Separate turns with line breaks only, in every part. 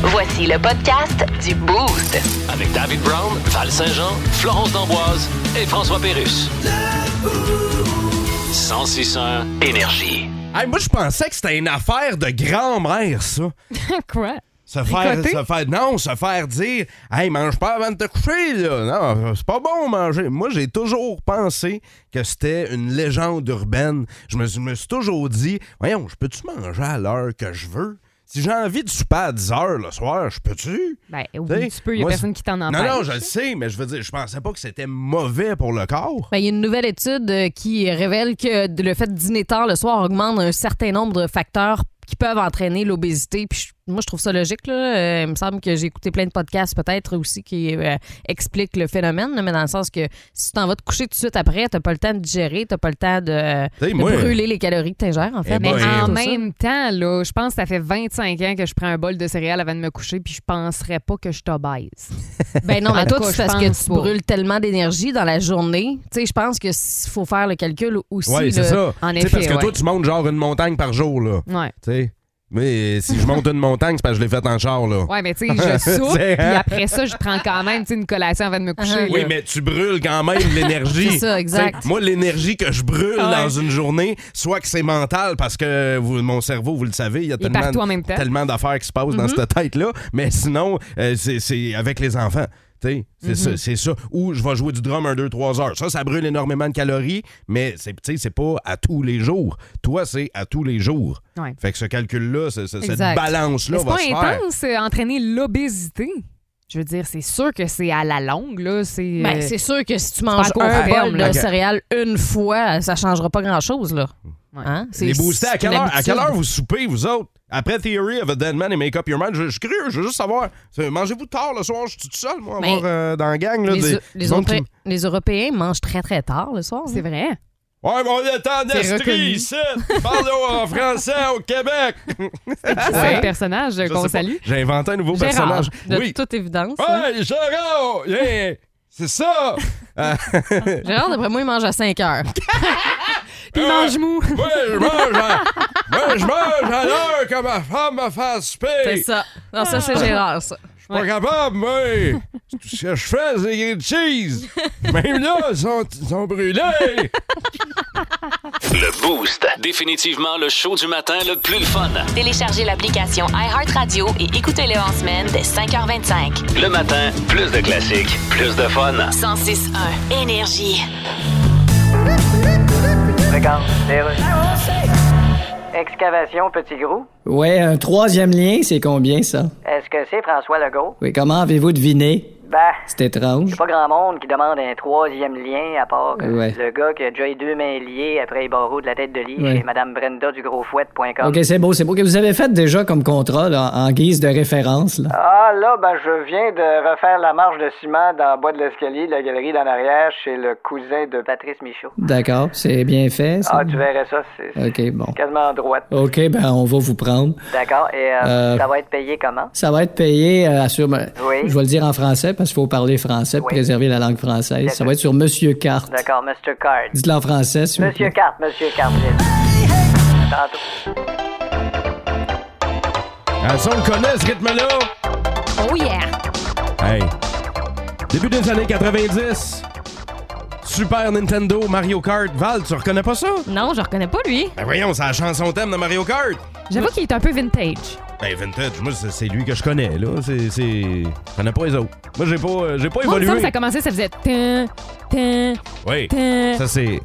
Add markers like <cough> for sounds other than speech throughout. Voici le podcast du Boost.
Avec David Brown, Val Saint-Jean, Florence D'Amboise et François Pérus. 1061 Énergie.
Hey, moi, je pensais que c'était une affaire de grand-mère, ça.
<laughs> Quoi?
Se faire,
Tricoter?
se faire, non, se faire dire, hey, mange pas avant de te coucher, là. Non, c'est pas bon manger. Moi, j'ai toujours pensé que c'était une légende urbaine. Je me, suis- me suis toujours dit, voyons, je peux-tu manger à l'heure que je veux? Si j'ai envie de souper à 10 heures le soir, je peux-tu?
Ben
T'sais,
oui, tu peux, il n'y a
moi,
personne qui t'en empêche.
Non, non, je le sais, mais je veux dire, je pensais pas que c'était mauvais pour le corps.
Ben, Il y a une nouvelle étude euh, qui révèle que d- le fait de dîner tard le soir augmente un certain nombre de facteurs qui peuvent entraîner l'obésité. Puis je- moi, je trouve ça logique. Là. Euh, il me semble que j'ai écouté plein de podcasts peut-être aussi qui euh, expliquent le phénomène, là, mais dans le sens que si tu t'en vas te coucher tout de suite après, t'as pas le temps de digérer, t'as pas le temps de,
T'sais,
de
moi-
brûler les calories que t'ingères, en fait.
Eh
Mais
Ouais,
en
tout
même temps, là, je pense que ça fait 25 ans que je prends un bol de céréales avant de me coucher, puis je penserais pas que je t'obèse.
<laughs> Ben non,
En
mais
tout
toi,
cas,
tu
je
parce que
pense
tu
pas.
brûles tellement d'énergie dans la journée. Tu sais, je pense que s- faut faire le calcul aussi.
Oui, c'est
là.
ça.
en
Tu sais,
effet,
parce que
ouais.
toi, tu montes genre une montagne par jour, là.
Ouais.
Tu sais. Mais si je monte une montagne, c'est parce que je l'ai faite en char, là.
Ouais, mais tu sais,
<laughs>
je soupe,
C'est-
puis après ça, je prends quand même tu sais, une collation avant de me coucher.
Oui,
là.
mais tu brûles quand même
<laughs>
l'énergie.
C'est ça, exact.
T'sais, moi, l'énergie que je brûle
Ah ouais.
dans une journée, soit que c'est mental, parce que vous- mon cerveau, vous le savez, il y
Il
a
est
tellement,
partout en même temps. Mm-hmm.
tellement d'affaires qui se passent dans cette tête-là, mais sinon, euh, c'est- c'est avec les enfants. T'sais, C'est
Mm-hmm.
ça, c'est ça. Ou je vais jouer du drum un, deux, trois heures. Ça, ça brûle énormément de calories, mais c'est t'sais, c'est pas à tous les jours. Toi, c'est à tous les jours.
Ouais.
Fait que ce calcul-là, ce- ce- cette
Exact.
balance-là
Mais
va
c'est
se
pas
faire.
intense, euh, entraîner l'obésité. Je veux dire, c'est sûr que c'est à la longue, là. C'est.
Ben,
euh,
c'est sûr que si tu manges
pas
un
confirme,
bol de
là.
Ok.
céréales une fois, ça changera pas grand-chose, là.
Ouais.
Hein? C'est-
Les boostés, à
c'est
quelle,
une
heure, à
habitude.
quelle heure vous soupez, vous autres? Après Theory of a Dead Man et Make Up Your Mind, je, je suis curieux, je veux juste savoir. C'est- Mangez-vous tard le soir, je suis tout seul, moi, à
Mais
voir, euh, dans la gang. Là,
Ben, les,
des-
Eu- les
du monde
Europé-
qui-
les Européens mangent très, très tard le soir. hein?
C'est vrai.
Ouais, mais on est en
C'est
Estrie,
reconnu.
ici! Parlons
<laughs>
en français au Québec!
C'est un personnage euh,
Ah Je
qu'on
sais pas,
salue.
J'ai inventé un nouveau
Gérard,
personnage.
De
oui!
toute évidence. hein.
Ouais, Gérard! Yeah! C'est ça!
Gérard, d'après moi, il mange à 5 heures.
Ah!
Puis il mange mou.
Moi, Euh, je mange
<laughs>
à, moi, je mange à l'heure que ma femme me fasse souper!
C'est ça. Non, ça, c'est Gérard, ça.
Je suis pas capable, moi!
<laughs>
Tout ce que je fais, c'est grilled cheese! Même là, ils sont, ils sont brûlés!
Le Boost. Définitivement le show du matin le plus le fun.
Téléchargez l'application iHeartRadio et écoutez-le en semaine dès 5h25.
Le matin, plus de classiques, plus de fun.
106.1 Énergie.
Regarde, les rues. Excavation Petit Grou.
Ouais, un troisième lien, c'est combien ça?
Est-ce que c'est François Legault?
Oui, comment avez-vous deviné?
Ben,
C'est étrange.
pas grand monde qui demande un troisième lien à part que
Ouais.
le gars qui a déjà eu deux mains liées après les barreaux de la tête de lit
Ouais.
chez Madame Brenda du grosfouette.com.
Ok, c'est beau, c'est beau. Que vous avez fait déjà comme contrat là, en guise de référence. Là.
Ah là, ben je viens de refaire la marche de ciment dans le bas de l'escalier de la galerie d'en arrière chez le cousin de Patrice Michaud.
D'accord, c'est bien fait. Ça.
Ah, tu verrais ça, c'est c'est
Ok, bon.
quasiment en droite.
Ok, ben on va vous prendre.
D'accord, et euh,
Euh,
ça va être payé comment?
Ça va être payé, euh, assure- ben,
Oui.
Je vais le dire en français parce qu'il faut parler français pour
Oui.
préserver la langue française. Ça
D'accord.
va être sur Monsieur Carte.
D'accord, Mr. Card.
Dites-le en français, s'il vous
Monsieur
plaît.
Carte, Monsieur Carte. Tantôt.
Ah, ça, on le connaît, ce rythme-là!
Oh yeah!
Hey! Début des années 90, Super Nintendo, Mario Kart. Val, tu reconnais pas ça?
Non, je reconnais pas, lui.
Ben voyons, c'est la chanson thème de Mario Kart!
J'avoue qu'il est un peu vintage.
Ben vintage, moi, c'est c'est lui que je connais, là. C'est... c'est- Je connais pas les autres. Moi, j'ai pas, euh, j'ai pas
Moi, il me semble
évolué.
que ça commençait, ça faisait. tin, tin,
Oui.
tin.
Ça, c'est.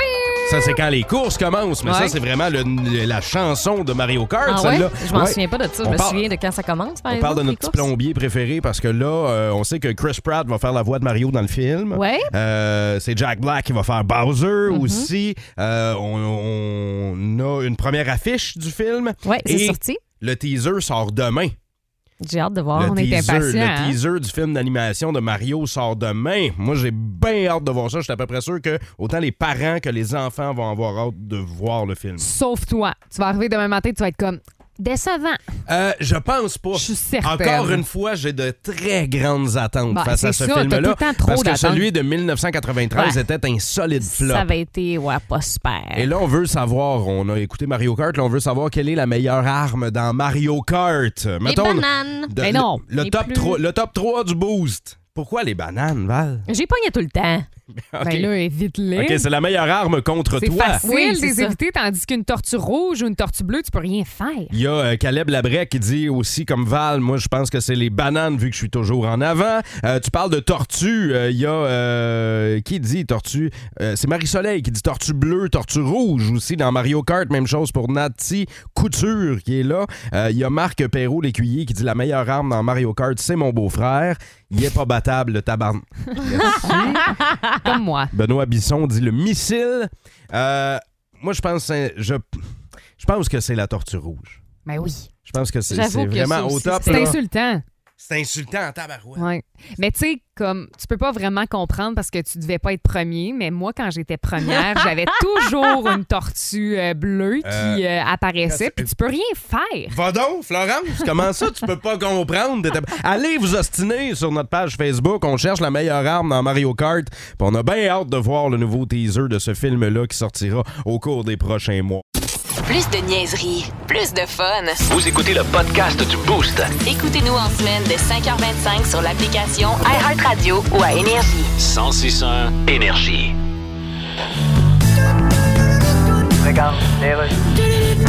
Ça, c'est quand les courses commencent, mais
Ouais.
ça, c'est vraiment le- le- la chanson de Mario Kart,
Ah ouais?
celle-là.
Je m'en
Ouais.
souviens pas de ça. Je
On
me
parle-
souviens de quand ça commence, par
On parle de notre
exemple,
petit
les courses.
plombier préféré parce que là, euh, on sait que Chris Pratt va faire la voix de Mario dans le film.
Ouais. Mm-hmm.
Euh, c'est Jack Black qui va faire Bowser aussi. Euh, on, on a une première affiche du film.
Ouais, c'est
Et
sorti.
Le teaser sort demain.
J'ai hâte de voir.
le
Oh, on est
teaser,
impatients,
le
hein?
teaser du film d'animation de Mario sort demain. Moi, j'ai bien hâte de voir ça. Je suis à peu près sûr que autant les parents que les enfants vont avoir hâte de voir le film.
Sauf toi. Tu vas arriver demain matin, tu vas être comme. Décevant.
Euh, je pense pas.
Je suis certaine.
Encore une fois, j'ai de très grandes attentes
Ben,
face à ce
c'est ça, t'as tout
film-là.
le temps trop
Parce que
d'attentes.
celui de 1993
Ouais.
était un solide flop.
Ça avait été, ouais, pas super.
Et là, on veut savoir, on a écouté Mario Kart, là, on veut savoir quelle est la meilleure arme dans Mario Kart. Mettons,
bananes.
de-
Mais non,
le, le
les
top
plus-
3, le top 3 du boost. Pourquoi les bananes, Val?
J'ai pogné tout le temps.
OK,
Ben là, évite-les.
OK, c'est la meilleure arme contre
c'est
toi.
facile
Oui,
de
c'est
les
ça.
éviter, tandis qu'une tortue rouge ou une tortue bleue, tu peux rien faire.
Il y a euh, Caleb Labrec qui dit aussi, comme Val, moi je pense que c'est les bananes vu que je suis toujours en avant. Euh, tu parles de tortue. euh, Il y a. euh, qui dit tortue Euh, C'est Marie-Soleil qui dit tortue bleue, tortue rouge aussi dans Mario Kart. Même chose pour Nati Couture qui est là. Euh, Il y a Marc Perrault, l'écuyer, qui dit la meilleure arme dans Mario Kart, c'est mon beau-frère. Il est pas battable,
<laughs>
le tabarn.
Comme moi.
Benoît Bisson dit le missile. Euh, moi je pense, c'est- je, je pense que c'est la tortue rouge.
Ben oui.
Je pense que c'est
J'avoue
c'est
que
vraiment
ça
au
aussi,
top.
C'est
là.
insultant.
C'est insultant en tabarouette.
Ouais. Mais tu sais, comme tu peux pas vraiment comprendre parce que tu devais pas être premier, mais moi, quand j'étais première, j'avais toujours une tortue euh, bleue qui
Euh,
euh, apparaissait,
quand-
puis tu peux rien faire.
Va donc, Florence, comment ça tu peux pas comprendre? T'es- Allez vous ostiner sur notre page Facebook. On cherche la meilleure arme dans Mario Kart. Puis on a bien hâte de voir le nouveau teaser de ce film-là qui sortira au cours des prochains mois.
Plus de niaiserie, plus de fun.
Vous écoutez le podcast du Boost.
Écoutez-nous en semaine de 5h25 sur l'application iHeartRadio ou à Énergie.
1061 Énergie.
Regarde, les rues.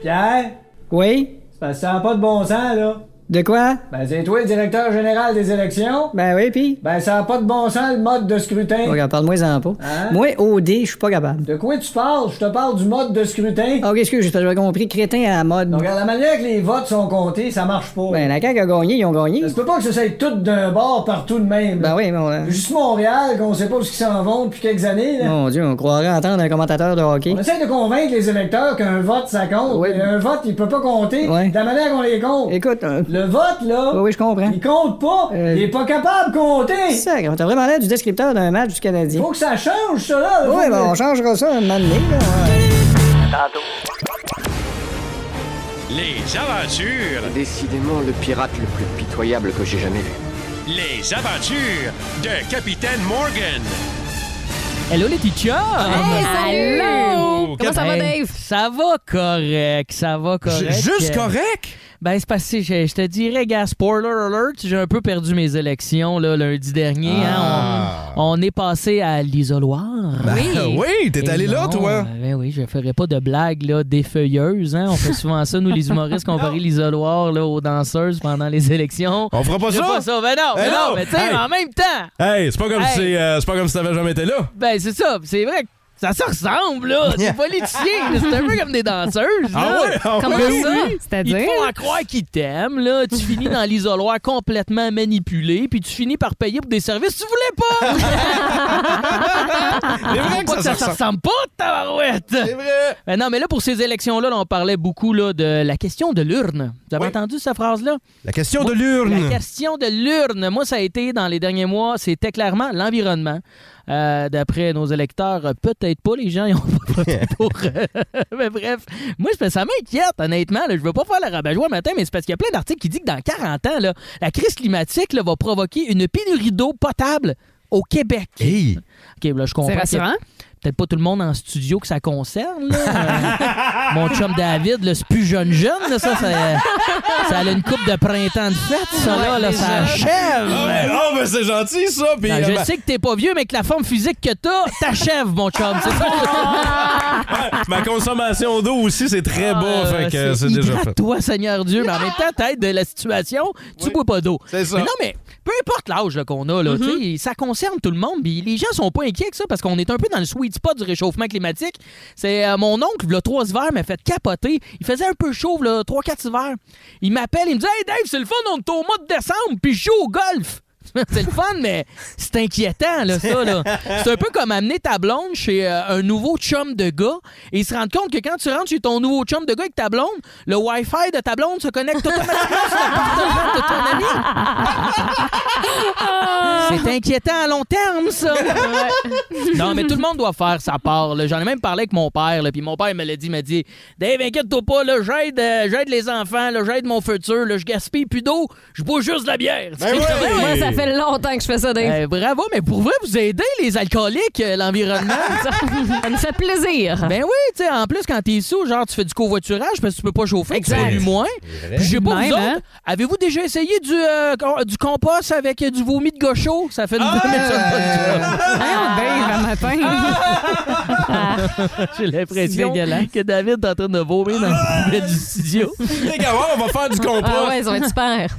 Pierre,
Oui?
ça sent pas de bon sens, là.
De quoi?
Ben, c'est toi le directeur général des élections?
Ben oui, puis?
Ben, ça a pas de bon sens, le mode de scrutin.
Regarde, parle-moi-en pas.
Ben. Hein?
Moi, OD, je suis pas capable.
De quoi tu parles? Je te parle du mode de scrutin.
Ok, excuse, j'ai pas compris. Crétin à la mode.
Donc, regarde, la manière que les votes sont comptés, ça marche pas.
Ben, la CAQ a gagné, ils ont gagné.
Ça se peut pas que ça soit tout d'un bord partout de même. là.
Ben oui, mais on, euh,
Juste Montréal, qu'on sait pas où ils s'en vont depuis quelques années. Là.
Mon Dieu, on croirait entendre un commentateur de hockey.
On essaie de convaincre les électeurs qu'un vote, ça compte.
Oui.
mais Un vote, il peut pas compter
Ouais.
de la manière qu'on les compte.
Écoute, euh,
Le vote, là,
oui, oui, je comprends.
il compte pas.
Euh,
Il est pas capable de compter.
Sac, on t'a vraiment l'air du descripteur d'un match du Canadien.
Faut que ça change, ça, là. Faut
Oui,
que-
ben on changera ça un moment donné, là.
Tantôt.
Les aventures,
Décidément le pirate le plus pitoyable que j'ai jamais vu.
les aventures de Capitaine Morgan.
Hello les teachers!
Allô!
Comment
ça va,
Dave? Ça va correct, ça va correct.
Juste
Euh,
correct?
Ben, c'est passé, je, je te dirais, gars, spoiler alert, j'ai un peu perdu mes élections là, lundi dernier. hein.
Ah.
on, on est passé à l'isoloir.
oui, t'es
Eh
allé là,
non,
toi.
euh, Ben oui, je ferai pas de blagues là, défeuilleuses. Hein? On
<laughs>
fait souvent ça, nous les
<laughs>
humoristes, comparer l'isoloir là, aux danseuses pendant les élections.
On fera pas
Je fais
ça?
Pas ça. Ben non,
Eh
ben
non!
non, mais tu sais,
Hey!
en même temps.
Hey, c'est pas comme
Hey.
si euh, c'est pas comme si t'avais jamais été là.
Ben, c'est ça. C'est vrai que ça se ressemble,
<laughs>
là. C'est politicien. là. C'est un peu comme des danseuses.
Ah
là.
ouais, ah
Comment
ouais?
ça?
Ils
C'est-à-dire?
te font à croire qu'ils t'aiment, là.
<laughs>
Tu finis dans l'isoloir complètement manipulé, puis tu finis par payer pour des services que tu voulais pas.
<laughs> C'est vrai
Faut pas que ça,
se ressemble.
se ressemble pas,
C'est
tabarouette.
vrai.
Ben non, mais là, pour ces élections-là, là, on parlait beaucoup là, de la question de l'urne. Vous avez
Oui. Mmh.
entendu cette phrase-là?
La question de
La
l'urne.
question de l'urne, moi, ça a été dans les derniers mois, c'était clairement l'environnement. Euh, D'après nos électeurs, euh, peut-être pas les gens, ils ont <laughs> pas voté pour. euh, <laughs> mais bref, moi, je- ça m'inquiète, honnêtement. là. je veux pas faire le rabat-joie le matin, mais c'est parce qu'il y a plein d'articles qui disent que dans 40 ans, là, la crise climatique là, va provoquer une pénurie d'eau potable au Québec.
Hey,
OK, là, je comprends.
C'est
que-
rassurant.
peut-être pas tout le monde en studio que ça concerne. là. Euh, mon chum David, là, c'est plus jeune jeune, là, ça, ça, ça a une coupe de printemps de fête, ça, là, là, ça achève.
Ah ouais, oh, ben c'est gentil ça. Puis,
Ben,
euh,
je
ben,
sais que t'es pas vieux, mais que la forme physique que t'as, t'achève, mon chum. C'est
Ah,
ça.
<laughs> ma consommation d'eau aussi c'est
Ah,
très bas, fait que c'est déjà fait.
Euh, Toi, Seigneur Dieu, mais en même temps, t'aides de la situation, tu bois pas d'eau.
C'est ça.
Mais non, mais peu importe l'âge là, qu'on a, là, tu sais, ça concerne tout le monde. puis les gens sont pas inquiets que ça parce qu'on est un peu dans le sweet spot du réchauffement climatique. C'est euh, mon oncle, le trois hivers, m'a fait capoter. Il faisait un peu chaud, le 3-4 hivers. Il m'appelle, il me dit Hey Dave, c'est le fun, on est au mois de décembre, puis je joue au golf. <laughs> c'est le fun, mais c'est inquiétant, là, ça. là. C'est un peu comme amener ta blonde chez euh, un nouveau chum de gars et se rendre compte que quand tu rentres chez ton nouveau chum de gars avec ta blonde, le Wi-Fi de ta blonde se connecte automatiquement sur l'appartement de ton ami. C'est inquiétant à long terme, ça. <laughs> Non, mais tout le monde doit faire sa part. là. J'en ai même parlé avec mon père, là, puis mon père me l'a dit, il m'a dit Dave, inquiète-toi pas, là, j'aide, euh, j'aide les enfants, là, j'aide mon futur, là, je gaspille plus d'eau, je bois juste de la bière.
Eh Ben
Tu sais, je-
Moi, ça fait longtemps que je fais ça, Dave.
Eh, bravo, mais pour vrai, vous aidez les alcooliques, euh, l'environnement.
ça nous fait plaisir.
Ben oui, tu sais, en plus, quand t'es sous, genre, tu fais du covoiturage parce que tu peux pas chauffer, tu pollues moins. Puis j'ai pas
Même,
vous autres,
hein?
avez-vous déjà essayé du, euh, com- du compost avec euh, du vomi de gaucho? Ça fait une <laughs> bonne
Ah.
Dave, un matin.
J'ai l'impression que David est en train de vomir dans le poubelle du studio.
Les gars, on va faire du compost.
Ah ouais, ça va être
<laughs>
super.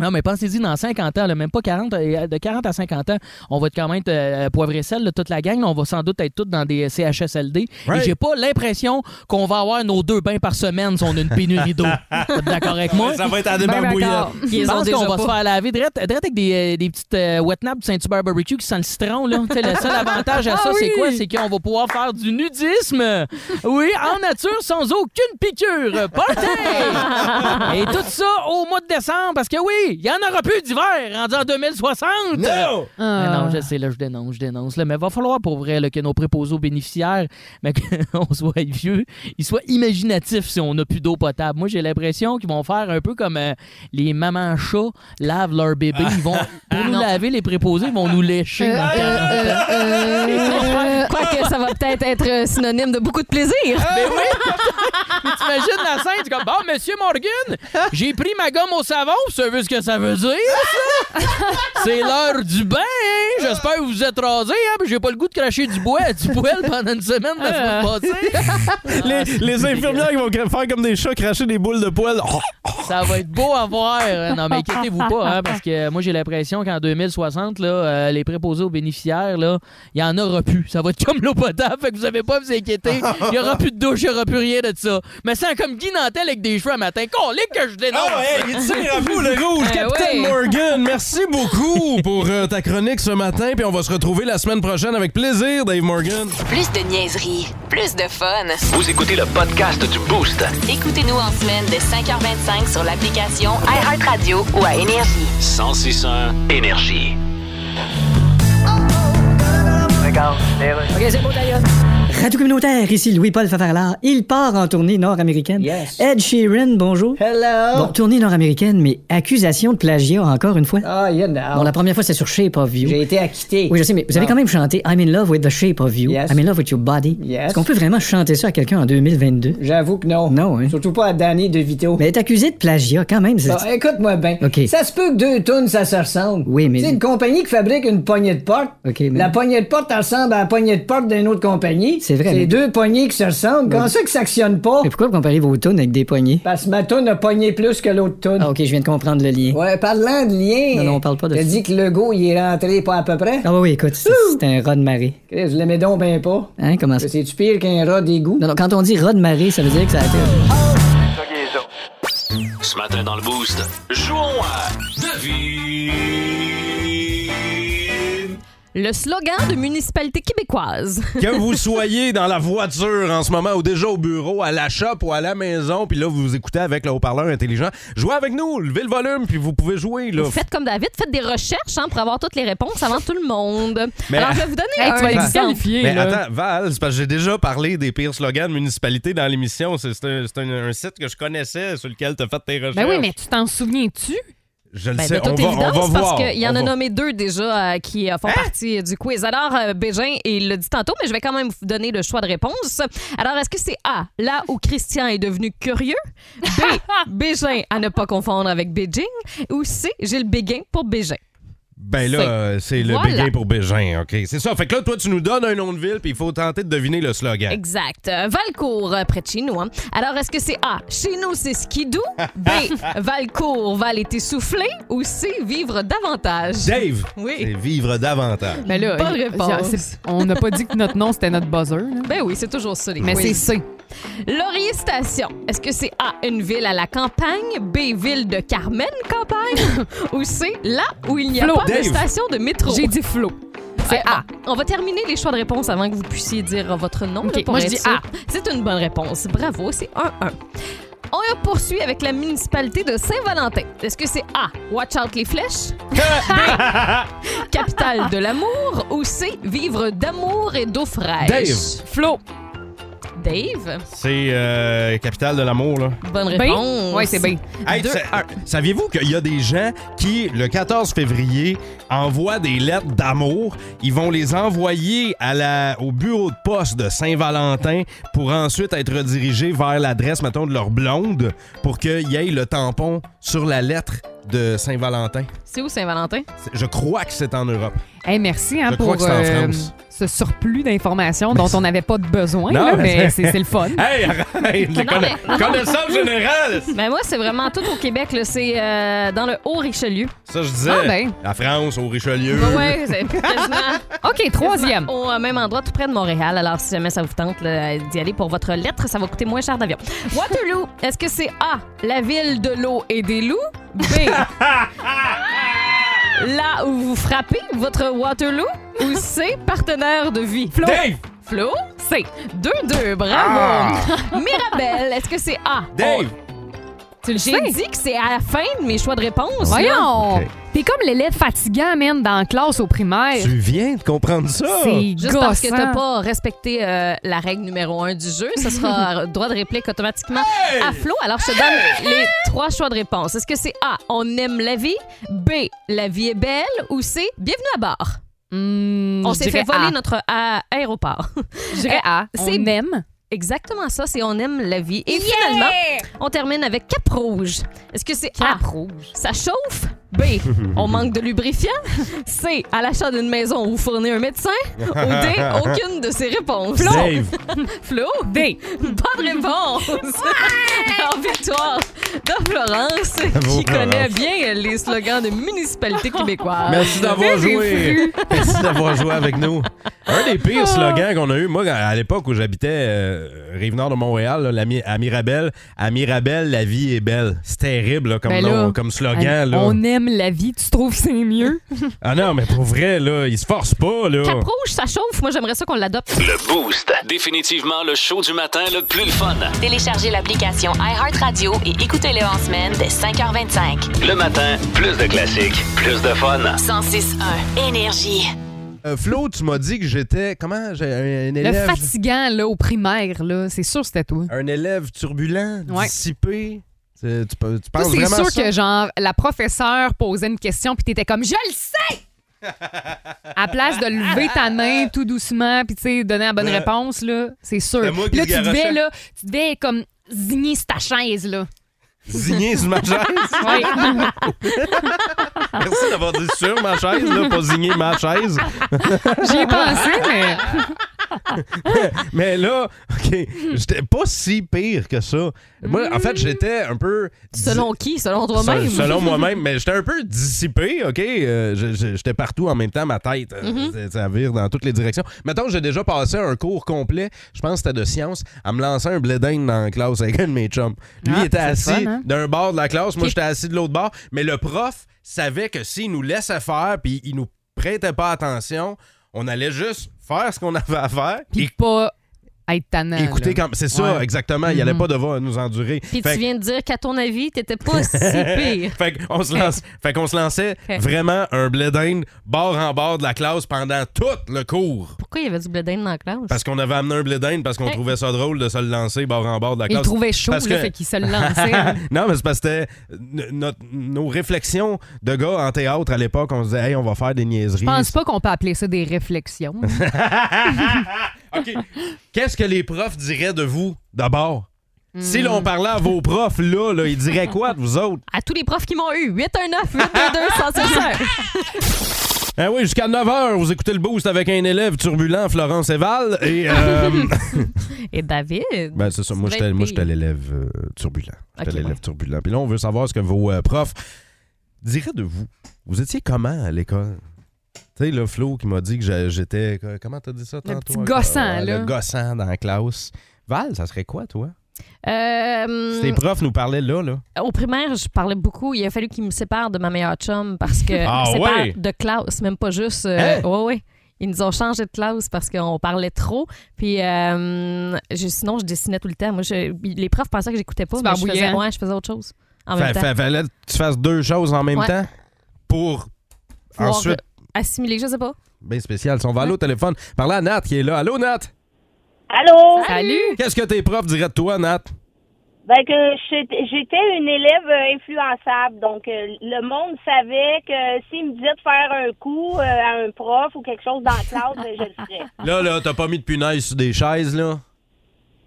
Non, mais pensez-y, dans 50 ans, là, même pas 40, euh, de 40 à 50 ans, on va être quand même euh, poivre et sel, là, toute la gang. là, on va sans doute être tous dans des CHSLD.
Right.
Et j'ai pas l'impression qu'on va avoir nos deux bains par semaine si on a une pénurie d'eau. T'es d'accord avec moi?
Ça va être à des
Ben
barbouillettes.
d'accord.
Ils
Je
ont
pense
déjà
qu'on va se
pas.
faire laver direct, direct avec des, euh, des petites euh, wet naps du Saint-Hubert Barbecue qui sent le citron. Là. Tu sais, Le
<laughs>
seul avantage à ça,
Ah
c'est quoi? C'est qu'on va pouvoir faire du nudisme. Oui, en nature, sans aucune piqûre.
<laughs>
Party! Et tout ça au mois de décembre, parce que oui, il n'y en aura plus d'hiver rendu en 2060.
No!
Mais non, je sais, là, je dénonce, je dénonce. Là, mais va falloir pour vrai là, que nos préposés aux bénéficiaires, <laughs> mais qu'on soit vieux, ils soient imaginatifs si on n'a plus d'eau potable. Moi, j'ai l'impression qu'ils vont faire un peu comme euh, les mamans chats lavent leur bébé. Ils vont, pour nous laver, les préposés, ils vont nous lécher.
Euh,
Euh,
dans le temps.
Quoique ça va peut-être être euh, synonyme de beaucoup de plaisir.
Mais Ben oui! <laughs> Mais T'imagines la scène, tu comme, bon, monsieur Morgan, j'ai pris ma gomme au savon, vous savez ce que ça veut dire, ça? C'est l'heure du bain, hein? J'espère que vous vous êtes rasé, hein? puis j'ai pas le goût de cracher du bois, du poêle pendant une semaine la semaine passée.
Les, les infirmières qui vont cra- faire comme des chats, cracher des boules de poils. Oh!
Ça va être beau à voir. Euh, Non, mais inquiétez-vous pas, hein, parce que euh, moi, j'ai l'impression qu'en 2060, là, euh, les préposés aux bénéficiaires, là, il y en aura plus. Ça va être comme l'eau potable, fait que vous avez pas à vous inquiéter. Il n'y aura plus de douche, il n'y aura plus rien de ça. Mais c'est comme Guy Nantel avec des cheveux à matin. Colique que je dénonce!
Ah ouais, il tire à vous <laughs> le rouge,
Eh
Captain
oui.
Morgan. Merci <laughs> beaucoup pour euh, ta chronique ce matin, puis on va se retrouver la semaine prochaine avec plaisir, Dave Morgan.
Plus de niaiserie, plus de fun.
Vous écoutez le podcast du Boost.
Écoutez-nous en semaine de 5h25 sur l'application iHeartRadio ou à Énergie.
1061 Énergie.
OK, c'est bon, Radio communautaire, ici Louis-Paul Favarlard. Il part en tournée nord-américaine.
Yes.
Ed Sheeran, bonjour.
Hello!
Bon, tournée nord-américaine, mais accusation de plagiat encore une fois.
Ah, you know.
Bon, la première fois, c'est sur Shape of You.
J'ai été acquitté.
Oui, je sais, mais vous avez
Bon.
quand même chanté I'm in love with the shape of you.
Yes.
I'm in love with your body.
Yes.
Est-ce qu'on peut vraiment chanter ça à quelqu'un en 2022?
J'avoue que non.
Non, hein.
Surtout pas à Danny DeVito.
Mais elle est accusée de plagiat quand même. c'est-
Bon, écoute-moi bien.
OK.
Ça se peut que deux tonnes, ça se ressemble.
Oui, mais-
C'est une compagnie qui fabrique une poignée de porte.
OK, mais-
La poignée de porte, elle ressemble à la poignée de porte d'une autre compagnie.
C'est vrai,
C'est
mais-
deux poignées qui se ressemblent. Comment ça qu'ils s'actionnent pas? Ben,
Mais pourquoi vous comparez vos tunes avec des poignées?
Parce que ma toune a pogné plus que l'autre toune.
Ah, ok, je viens de comprendre le lien.
Ouais, parlant de lien.
Non, non, on parle pas de
T'as
ça.
dit que Legault, il est rentré pas à peu près.
Ah, oui, oui, écoute, c'est c'est un rat de marée.
Chris, je l'aimais donc ben pas.
Hein, comment ça?
C'est-tu pire qu'un rat d'égout?
Non, non, quand on dit rat de marée, ça veut dire que ça a été.
Ce matin dans le Boost, jouons à Devine.
Le slogan de municipalité québécoise.
Que vous soyez dans la voiture en ce moment ou déjà au bureau, à la shop ou à la maison, puis là, vous vous écoutez avec le haut-parleur intelligent, jouez avec nous, levez le volume, puis vous pouvez jouer. Là.
Faites comme David, faites des recherches hein, pour avoir toutes les réponses avant tout le monde.
Mais-
Alors, je vais vous donner
Hey, tu vas
un
être
exemple.
disqualifié,
Mais
là.
attends, Val, c'est parce que j'ai déjà parlé des pires slogans de municipalité dans l'émission. C'est c'est un, c'est un- un site que je connaissais sur lequel tu as fait tes recherches.
Ben oui, mais tu t'en souviens-tu?
Je le
Ben,
sais,
de
on
toute
va, on va
évidence,
voir.
parce qu'il y en a
on va- Hein?
nommé deux déjà euh, qui euh, font partie euh, du quiz. Alors, euh, Bégin, il le dit tantôt, mais je vais quand même vous donner le choix de réponse. Alors, est-ce que c'est A, là où Christian est devenu curieux? B,
<laughs>
Bégin, à ne pas confondre avec Beijing? Ou C, Gilles Béguin pour Bégin?
Ben là,
C'est-
euh, c'est le
Voilà.
Béguin pour Bégin, OK? C'est ça. Fait que là, toi, tu nous donnes un nom de ville, puis il faut tenter de deviner le slogan.
Exact. Euh, Valcourt, euh, près de chez nous. hein. Alors, est-ce que c'est A, chez nous, c'est skidou?
<laughs>
B, Valcourt, Val est essoufflé? Ou C, vivre davantage?
Dave,
Oui.
c'est vivre davantage.
Mais Ben là,
Bonne
il-
réponse.
c'est- on n'a pas dit que notre nom, c'était notre buzzer. là.
Ben oui, c'est toujours ça, les
Mais
quiz.
c'est C.
Laurier Station. Est-ce que c'est A, une ville à la campagne, B, ville de Carmen Campagne, <laughs> ou C, là où il n'y a
Flo.
pas
Dave.
de station de métro?
J'ai dit Flo.
C'est A. On va terminer les choix de réponse avant que vous puissiez dire euh, votre nom.
Ok,
là, pour
moi, je
être
dis
sûr.
A.
C'est une bonne réponse. Bravo, c'est 1-1. On poursuit avec la municipalité de Saint-Valentin. Est-ce que c'est A, Watch Out les flèches? B, Capitale de l'amour? Ou C, Vivre d'amour et d'eau fraîche?
Dave.
Flo. Dave.
C'est euh, Capitale de l'amour, là.
Bonne
B?
réponse.
Ouais, c'est B.
Hey, sa- Saviez-vous qu'il y a des gens qui, le 14 février, envoient des lettres d'amour? Ils vont les envoyer à la, au bureau de poste de Saint-Valentin pour ensuite être redirigés vers l'adresse, mettons, de leur blonde pour qu'il y ait le tampon sur la lettre de Saint-Valentin.
C'est où Saint-Valentin?
C'est- Je crois que c'est en Europe.
Hey, merci hein,
Je
pour
crois que c'est en
euh,
France.
ce surplus d'informations dont on n'avait pas de besoin, là, mais
<laughs>
c'est c'est le fun.
hey, arrête! les
Non, mais-
conna- connaissances générales!
<laughs> Ben moi, c'est vraiment tout au Québec. là. C'est euh, dans le Haut-Richelieu.
Ça, je disais,
Ah, ben.
la France, au Richelieu.
Ouais, ouais, <laughs> c'est quasiment-
OK, troisième.
quasiment Au euh, même endroit, tout près de Montréal. Alors, si jamais ça vous tente là, d'y aller pour votre lettre, ça va coûter moins cher <laughs> d'avion. Waterloo, est-ce que c'est A, la ville de l'eau et des loups? B, <laughs> là où vous frappez votre Waterloo? Ou C, partenaire de vie? Flo?
Dave!
Flo? C. 2-2, bravo! Mirabelle, est-ce que c'est A?
Dave!
Oh, Tu le
sais.
J'ai dit que c'est à la fin de mes choix de réponse. là.
Voyons!
Ok.
T'es comme l'élève fatigant, man, dans la classe au primaire.
Tu viens de comprendre ça?
C'est
Juste parce que t'as
gossant.
pas respecté euh, la règle numéro un du jeu, ce
<laughs>
sera droit de réplique automatiquement à Flo. Alors, je te donne les trois choix de réponse. Est-ce que c'est A, on aime la vie, B, la vie est belle, ou C, bienvenue à bord?
Hmm,
On
je
s'est fait
dirais
voler
A.
notre euh, aéroport. <laughs>
Je dirais A.
C'est-
On aime.
Exactement ça, c'est on aime la vie. Et finalement, on termine avec Cap Rouge. Est-ce que c'est A,
rouge.
ça chauffe? B,
<laughs>
on manque de lubrifiant? C, à l'achat d'une maison, vous fournit un médecin? Ou D, aucune de ces réponses?
Dave!
Flo? D. Bonne réponse! En victoire de Florence,
Bravo,
qui connaît
Florence.
bien les slogans de municipalité québécoise.
Merci d'avoir joué. <laughs> Merci d'avoir joué avec nous. Un des
Ah.
pires slogans qu'on a eu, moi, à l'époque où j'habitais euh, Rive-Nord de Montréal, là, la Mi- à Mirabel, à Mirabel, la vie est belle. C'est terrible là, comme,
Ben
nom-
là,
comme slogan. Ah, là.
On aime la vie. Tu trouves que c'est mieux?
Ah non, mais pour vrai, là, ils se forcent pas. Là.
Cap rouge, ça chauffe. Moi, j'aimerais ça qu'on l'adopte.
Le Boost. Définitivement le show du matin le plus le fun.
Téléchargez l'application iHeartRadio et écoutez-le en semaine dès 5h25.
Le matin, plus de classiques, plus de fun.
106.1 Énergie.
Euh, Flo, tu m'as dit que j'étais. Comment? J'ai un, un
Le
élève.
fatigant, là, au primaire, là, c'est sûr que c'était toi.
Un élève turbulent,
Ouais.
dissipé. Tu, tu pe- tu
Toi,
penses
c'est
vraiment
sûr
ça?
que, genre, la professeure posait une question, puis t'étais comme, je le sais! à place de lever ta main tout doucement, puis, tu sais, donner la bonne
Ouais.
réponse, là, c'est sûr.
C'est moi qui
Là,
se
tu devais,
garochais.
là, tu devais, comme, zigner sur ta chaise, là.
Zigné sur
<laughs>
ma chaise.
Ouais.
Merci d'avoir dit sur ma chaise, là, pas zigné ma chaise.
J'y ai pensé,
<laughs>
mais.
Mais là, OK, j'étais pas si pire que ça. Moi, en
Mm.
fait, j'étais un peu.
Selon qui? Selon toi-même?
Se- Selon moi-même, mais j'étais un peu dissipé, OK? Euh, je- je- j'étais partout en même temps, ma tête, euh,
Mm-hmm.
ça- ça vire dans toutes les directions. Mettons que j'ai déjà passé un cours complet, je pense que c'était de sciences, à me lancer un bledin dans la classe avec un de mes chums. Lui,
Ah,
il était
c'est
assis
le fun, hein?
d'un bord de la classe, moi,
Ok.
j'étais assis de l'autre bord, mais le prof savait que s'il nous laissait faire puis il nous prêtait pas attention, on allait juste faire ce qu'on <laughs> avait à faire
Puis
et
pas être tannant.
Écoutez,
là.
quand... c'est ça,
Ouais.
exactement. Il allait
Mhm.
pas devoir nous endurer.
Puis
Fait
tu
que-
viens de dire qu'à ton avis, t'étais pas
<laughs>
si pire.
fait qu'on
Hein.
se, lance... fait qu'on se lançait vraiment un bledin bord en bord de la classe pendant tout le cours.
Pourquoi il y avait du blé d'Inde dans la classe?
Parce qu'on avait amené un bledin parce qu'on
Hey.
trouvait ça drôle de se le lancer bord en bord de la
Hein. Il
classe.
trouvait chaud, là,
Parce que-
fait qu'il se le lançait. hein.
<laughs> non, mais c'est parce que c'était n- notre- nos réflexions de gars en théâtre à l'époque. On se disait, hey, on va faire des niaiseries.
Je pense pas qu'on peut appeler ça des réflexions.
OK.
<laughs>
Qu'est-ce que les profs diraient de vous d'abord? Si
Hmm.
l'on parlait à vos profs, là, là, ils diraient quoi de vous autres?
À tous les profs qui m'ont eu, 819 822
Ah oui, jusqu'à 9h, vous écoutez le boost avec un élève turbulent, Florence Eval. <laughs> Et, euh,
Et David?
ben, c'est ça, moi,
Tu
j'étais
devrais
moi,
être
j'étais
pire.
l'élève euh, turbulent. J'étais
Ok,
l'élève
ouais.
turbulent. Puis là, on veut savoir ce que vos euh, profs diraient de vous. Vous étiez comment à l'école? Tu sais, le Flo qui m'a dit que j'a- j'étais. Comment t'as dit ça tantôt?
petit gossant,
Ouais,
là.
Le gossant dans la classe. Val, ça serait quoi, toi?
Euh,
Si tes profs nous parlaient là, là.
Au primaire, je parlais beaucoup. Il a fallu qu'il me sépare de ma meilleure chum parce
<laughs>
que
Ah
il me sépare
ouais? Hein?
de classe, même pas juste. euh, ouais, ouais. Ils nous ont changé de classe parce qu'on parlait trop. Puis euh, je- sinon, je dessinais tout le temps. Moi, je- les profs pensaient que j'écoutais pas,
Tu
mais je
barbouillais,
faisais,
hein?
ouais, je faisais autre chose en
Fa-
même temps.
fa- fallait que tu fasses deux choses en même
Ouais.
temps pour
Pouvoir,
ensuite.
euh, assimiler, je sais pas.
Bien spécial. Si on va aller au téléphone, parler à Nat qui est là. Allô, Nat?
Allô?
Qu'est-ce que tes profs diraient de toi, Nat?
Ben que j'étais j'étais une élève euh, influençable, donc euh, le monde savait que s'il me disait de faire un coup euh, à un prof ou quelque chose dans la classe, ben, je le ferais.
Ah.
Là, là, t'as pas mis de punaise sur des chaises, là?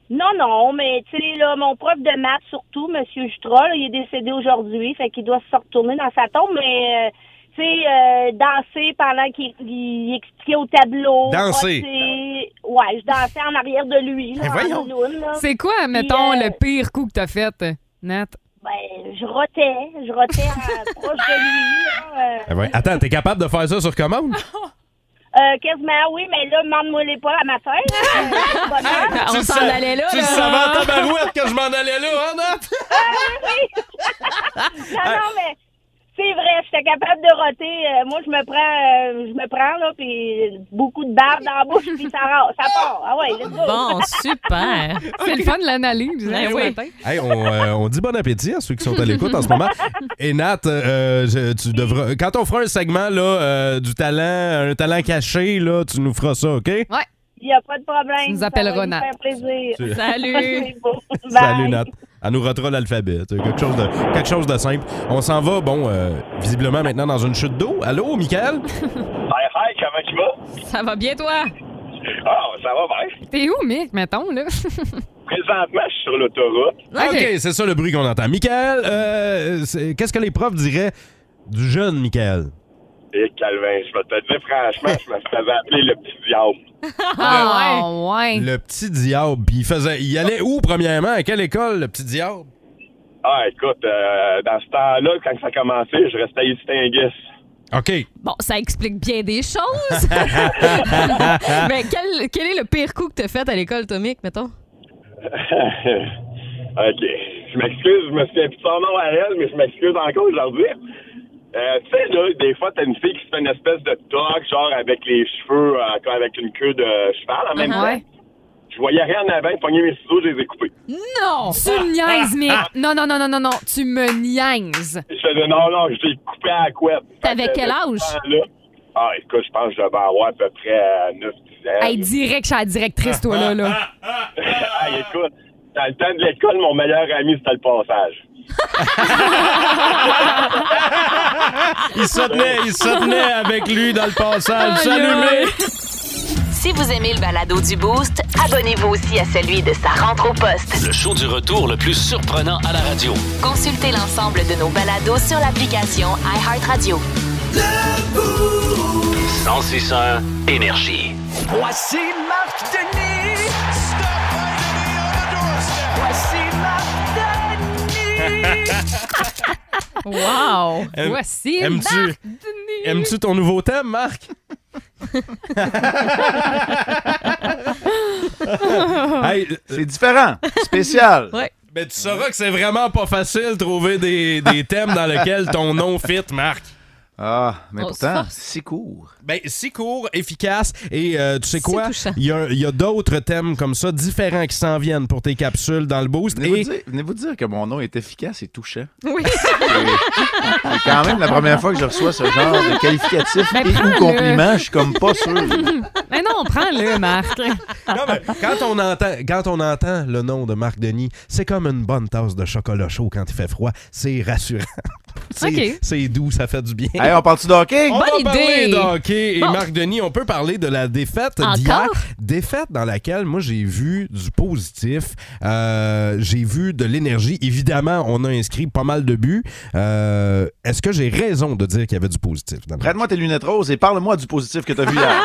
Non, non, mais tu sais, là, mon prof de maths surtout, M. Jutra, là, il est décédé aujourd'hui, fait qu'il doit se retourner dans sa tombe, mais euh, tu sais, euh, danser pendant qu'il il expliquait au tableau.
Danser.
roter. Ouais, je dansais en arrière de lui. là,
Ben
en
voyons.
doudoune, là.
C'est quoi,
Puis,
mettons,
euh,
le pire coup que t'as fait, euh, Nat?
Ben, je rotais, je rotais
<laughs>
à- proche de lui. là, euh,
Ah ouais. Attends, t'es capable de faire ça sur commande?
euh, quasiment, oui, mais là, demande-moi les pas à ma
<laughs>
fête. Euh, bonheur.
<laughs> Tu le sais- Tu le savais en tabarouette que je m'en allais là, hein, Nat?
Ah, oui, oui. non, non, mais c'est vrai, j'étais capable de roter. Euh, moi, je me prends, euh, je me prends, là, puis beaucoup de barbe dans la bouche, puis ça, ra- ça part. Ah ouais, let's go.
Oh,
Bon, super.
<laughs> C'est le fun de l'analyse. hein,
Ben
ce
oui.
matin.
Hey, on, euh, on dit bon appétit à ceux qui sont à l'écoute en ce moment. Et Nat, euh, je- tu devras. Quand on fera un segment là, euh, du talent, un talent caché, là, tu nous feras ça, OK?
Ouais.
Il n'y a pas de
<laughs>
problème.
Tu nous appelleras,
Ben, Ça va nous
Nat.
faire plaisir.
Tu-
<laughs>
Salut.
C'est beau.
Salut
Bye.
Nat. Elle nous rotera l'alphabet. tu sais, Quelque chose, de, quelque chose de simple. On s'en va, bon, euh, visiblement maintenant dans une chute d'eau. Allô, Michael?
Hey, hey, comment tu vas?
Ça va bien, toi?
Ah, ça va bien.
T'es où, Mick, mettons, <laughs> là?
Présentement, je suis sur l'autoroute.
OK, c'est ça le bruit qu'on entend. Michael, euh, c'est- qu'est-ce que les profs diraient du jeune Michael?
Et Calvin, je vais te dire franchement, je me faisais appeler le petit diable.
Ah, ouais.
Le petit diable. Puis il faisait. Il allait où, premièrement? À quelle école, le petit diable?
Ah, écoute, euh, dans ce temps-là, quand ça a commencé, je restais distingué.
OK.
Bon, ça explique bien des
<laughs>
choses. <laughs> Mais quel, quel est le pire coup que t'as fait à l'école, Tomic, mettons?
OK. Je m'excuse, je me souviens plus de son nom à elle, mais je m'excuse encore aujourd'hui. Euh, tu sais, là, des fois, t'as une fille qui se fait une espèce de toque, genre avec les cheveux, euh, comme avec une queue de cheval en même
Ouais.
temps. Je voyais rien en avant, pogner mes ciseaux, je les ai coupés.
Non! Tu me niaises, Mick.
Ah,
Non, non, non, non, non, non. Tu me
Euh,
niaises.
Je faisais non, non, je l'ai coupé à la couette.
T'avais
Fait que,
quel
de
âge?
ce temps-là- Ah, écoute, je pense que je devais avoir à peu près 9-10 ans.
Hey, direct chez la directrice, toi, là,
ah,
là.
Hey, écoute, dans le temps de l'école, mon meilleur ami, c'était le passage.
<laughs> Il se tenait, il se tenait avec lui dans le passage. Salut, Mick!
Si vous aimez le balado du Boost, abonnez-vous aussi à celui de sa rentre au poste.
Le show du retour le plus surprenant à la radio.
Consultez l'ensemble de nos balados sur l'application iHeartRadio.
1061 Énergie.
Voici Marc Denis. Voici Marc Denis.
ah,
Wow!
Aime-
Voici
aimes-tu-
Marc
Aimes-tu ton nouveau thème,
<laughs>
Marc?
c'est différent, spécial.
Mais Ben, tu sauras que c'est vraiment pas facile de trouver des, <laughs> des thèmes dans lesquels ton nom fit, Marc.
Ah, mais
On se
pourtant,
force.
si court.
Ben, si court, efficace. Et euh, tu sais quoi?
touchant.
Il y a, il y a d'autres thèmes comme ça, différents qui s'en viennent pour tes capsules dans le boost.
Venez,
et...
vous dire, venez vous dire que mon nom est efficace et touchant.
Oui.
C'est quand même la première fois que je reçois ce genre de qualificatif
Ben,
et ou
prends-le.
compliment. Je suis comme pas sûr.
<laughs> Mais non, prends-le, <laughs> Marc.
Quand on, entend, quand on entend le nom de Marc Denis, c'est comme une bonne tasse de chocolat chaud quand il fait froid. C'est rassurant. <laughs> C'est
Ok.
c'est doux, ça fait du bien.
Hey, on parle-tu de hockey?
Oh, On
Bonne
va parler
idée.
de hockey. Et
Bon.
Marc Denis, on peut parler de la défaite
Encore?
d'hier. Défaite dans laquelle, moi, j'ai vu du positif. Euh, j'ai vu de l'énergie. Évidemment, on a inscrit pas mal de buts. Euh, Est-ce que j'ai raison de dire qu'il y avait du positif? dans le
Prête-moi tes lunettes roses et parle-moi du positif que t'as vu hier.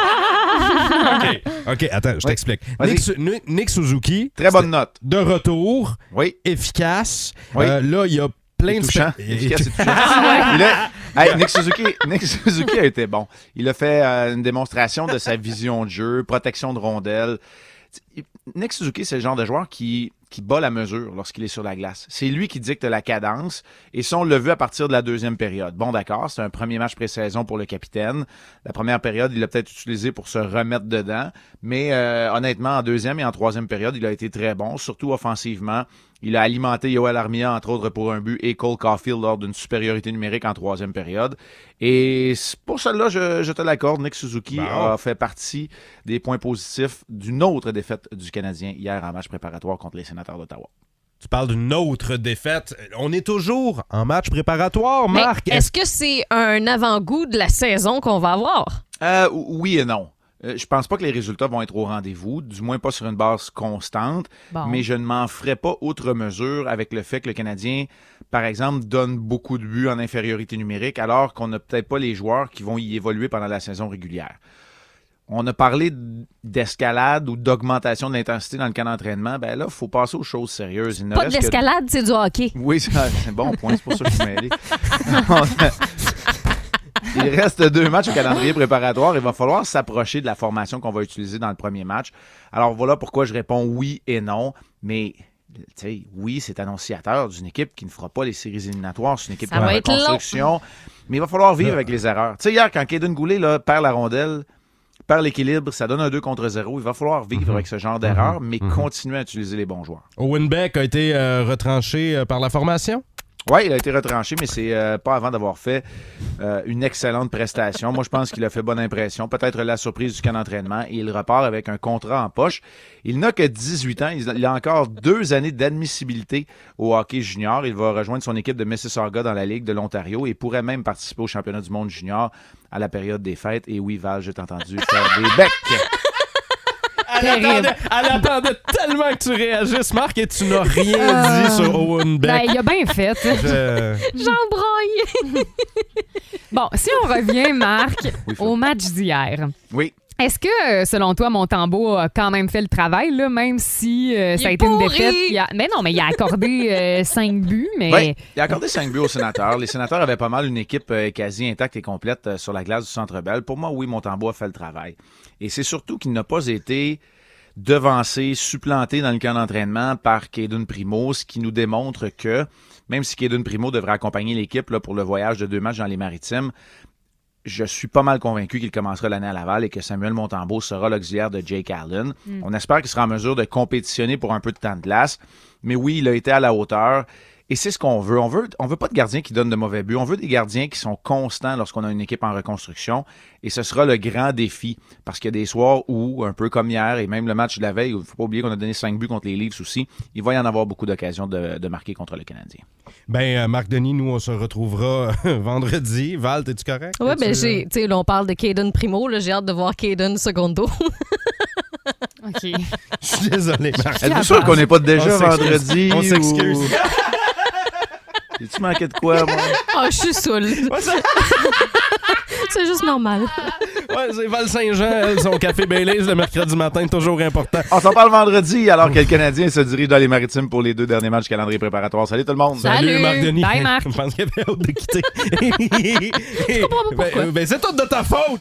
<laughs>
OK, <laughs> OK, attends, je t'explique.
Vas-y.
Nick, Su- Nick- Nick Suzuki.
Très bonne
c'était
note.
De retour.
Oui.
Efficace.
Oui.
Euh, là, il y a plein de
touchant.
spe- <laughs>
Efficace et touchant. Il a- Hey, Nick, Suzuki, Nick Suzuki a été bon. Il a fait euh, une démonstration de sa vision de jeu, protection de rondelles. Tu- il- Nick Suzuki, c'est le genre de joueur qui, qui bat la mesure lorsqu'il est sur la glace. C'est lui qui dicte la cadence et son levée à partir de la deuxième période. Bon, d'accord, c'est un premier match pré-saison pour le capitaine. La première période, il l'a peut-être utilisé pour se remettre dedans, mais euh, honnêtement, en deuxième et en troisième période, il a été très bon, surtout offensivement. Il a alimenté Yoel Armia, entre autres, pour un but et Cole Caulfield lors d'une supériorité numérique en troisième période. Et c'est pour cela, je, je te l'accorde, Nick Suzuki
Bon.
a fait partie des points positifs d'une autre défaite du Canadien hier en match préparatoire contre les sénateurs d'Ottawa.
Tu parles d'une autre défaite. On est toujours en match préparatoire,
Mais
Marc.
Est-ce que c'est un avant-goût de la saison qu'on va avoir?
Euh, oui et non. Euh, Je pense pas que les résultats vont être au rendez-vous, du moins pas sur une base constante,
Bon.
mais je ne m'en ferai pas outre mesure avec le fait que le Canadien, par exemple, donne beaucoup de buts en infériorité numérique, alors qu'on n'a peut-être pas les joueurs qui vont y évoluer pendant la saison régulière. On a parlé d'escalade ou d'augmentation de l'intensité dans le camp d'entraînement. Ben là, il faut passer aux choses sérieuses. Il ne
Pas de
reste que-
l'escalade, c'est du hockey.
Oui, ça- c'est bon point, c'est pour ça que je suis mêlé. <laughs> On a- Il reste deux matchs au calendrier préparatoire. Il va falloir s'approcher de la formation qu'on va utiliser dans le premier match. Alors voilà pourquoi je réponds oui et non. Mais tu sais, oui, c'est annonciateur d'une équipe qui ne fera pas les séries éliminatoires. C'est une équipe
Ça
en
va être long.
reconstruction. Mais il va falloir vivre avec les erreurs. Tu sais, hier, quand Kaden Goulet là, perd la rondelle, perd l'équilibre, ça donne un 2 contre 0. Il va falloir vivre avec ce genre d'erreur, mais continuer à utiliser les bons joueurs.
Owen Beck a été euh, retranché euh, par la formation?
Oui, il a été retranché, mais c'est euh, pas avant d'avoir fait euh, une excellente prestation. Moi, je pense qu'il a fait bonne impression. Peut-être la surprise du camp d'entraînement. Et il repart avec un contrat en poche. Il n'a que 18 ans. Il il a encore deux années d'admissibilité au hockey junior. Il va rejoindre son équipe de Mississauga dans la Ligue de l'Ontario et pourrait même participer au championnat du monde junior à la période des fêtes. Et oui, Val, je t'ai entendu faire des becs.
Elle attendait, elle attendait tellement que tu réagisses, Marc, et tu n'as rien dit sur Owen
Ben,
Beck.
il a bien fait.
Je-
J'en broille. bon, si on revient, Marc, au match d'hier.
Oui.
Est-ce que, euh, selon toi, Montembeau a quand même fait le travail, là, même si euh, ça a
est
été une
pourri.
défaite? Il a- Mais non, mais il a accordé euh, cinq buts, mais
Oui, il a accordé 5 buts aux sénateurs. Les sénateurs avaient pas mal une équipe euh, quasi intacte et complète euh, sur la glace du Centre Bell. Pour moi, oui, Montembeau a fait le travail. Et c'est surtout qu'il n'a pas été devancé, supplanté dans le camp d'entraînement par Kaden Primo, ce qui nous démontre que, même si Kaden Primo devrait accompagner l'équipe là, pour le voyage de deux matchs dans les maritimes, je suis pas mal convaincu qu'il commencera l'année à Laval et que Samuel Montembeau sera l'auxiliaire de Jake Allen.
Mm.
On espère qu'il sera en mesure de compétitionner pour un peu de temps de glace. Mais oui, il a été à la hauteur. Et c'est ce qu'on veut. On veut, on veut pas de gardiens qui donnent de mauvais buts. On veut des gardiens qui sont constants lorsqu'on a une équipe en reconstruction. Et ce sera le grand défi. Parce qu'il y a des soirs où, un peu comme hier, et même le match de la veille, il faut pas oublier qu'on a donné cinq buts contre les Leafs aussi. Il va y en avoir beaucoup d'occasions de, de marquer contre le Canadien.
<laughs> Ben, euh, Marc Denis, nous, on se retrouvera euh, <laughs> vendredi. Val, t'es-tu correct?
Ouais, ben
T'es-tu-
j'ai, tu sais, là, on parle de Caden Primo, là, j'ai hâte de voir Caden
<laughs>
Secondo.
OK.
euh, <laughs> Je suis désolé, Marc.
Êtes-vous sûr qu'on n'est pas déjà
On s'excuse.
<laughs> vendredi?
On s'excuse. <laughs>
ou- J'ai-tu manqué de quoi, moi?
Ah, je suis saoule. <laughs> C'est juste normal.
Ouais, c'est Val Saint-Jean, elle, son café Baileys le mercredi matin, toujours important.
On s'en parle vendredi, alors que le Canadien se dirige dans les maritimes pour les deux derniers matchs du calendrier préparatoire. Salut tout le monde!
Marc Denis. <laughs> Je pense qu'il avait hâte de
<laughs>
quitter. ben, ben, c'est tout de ta faute!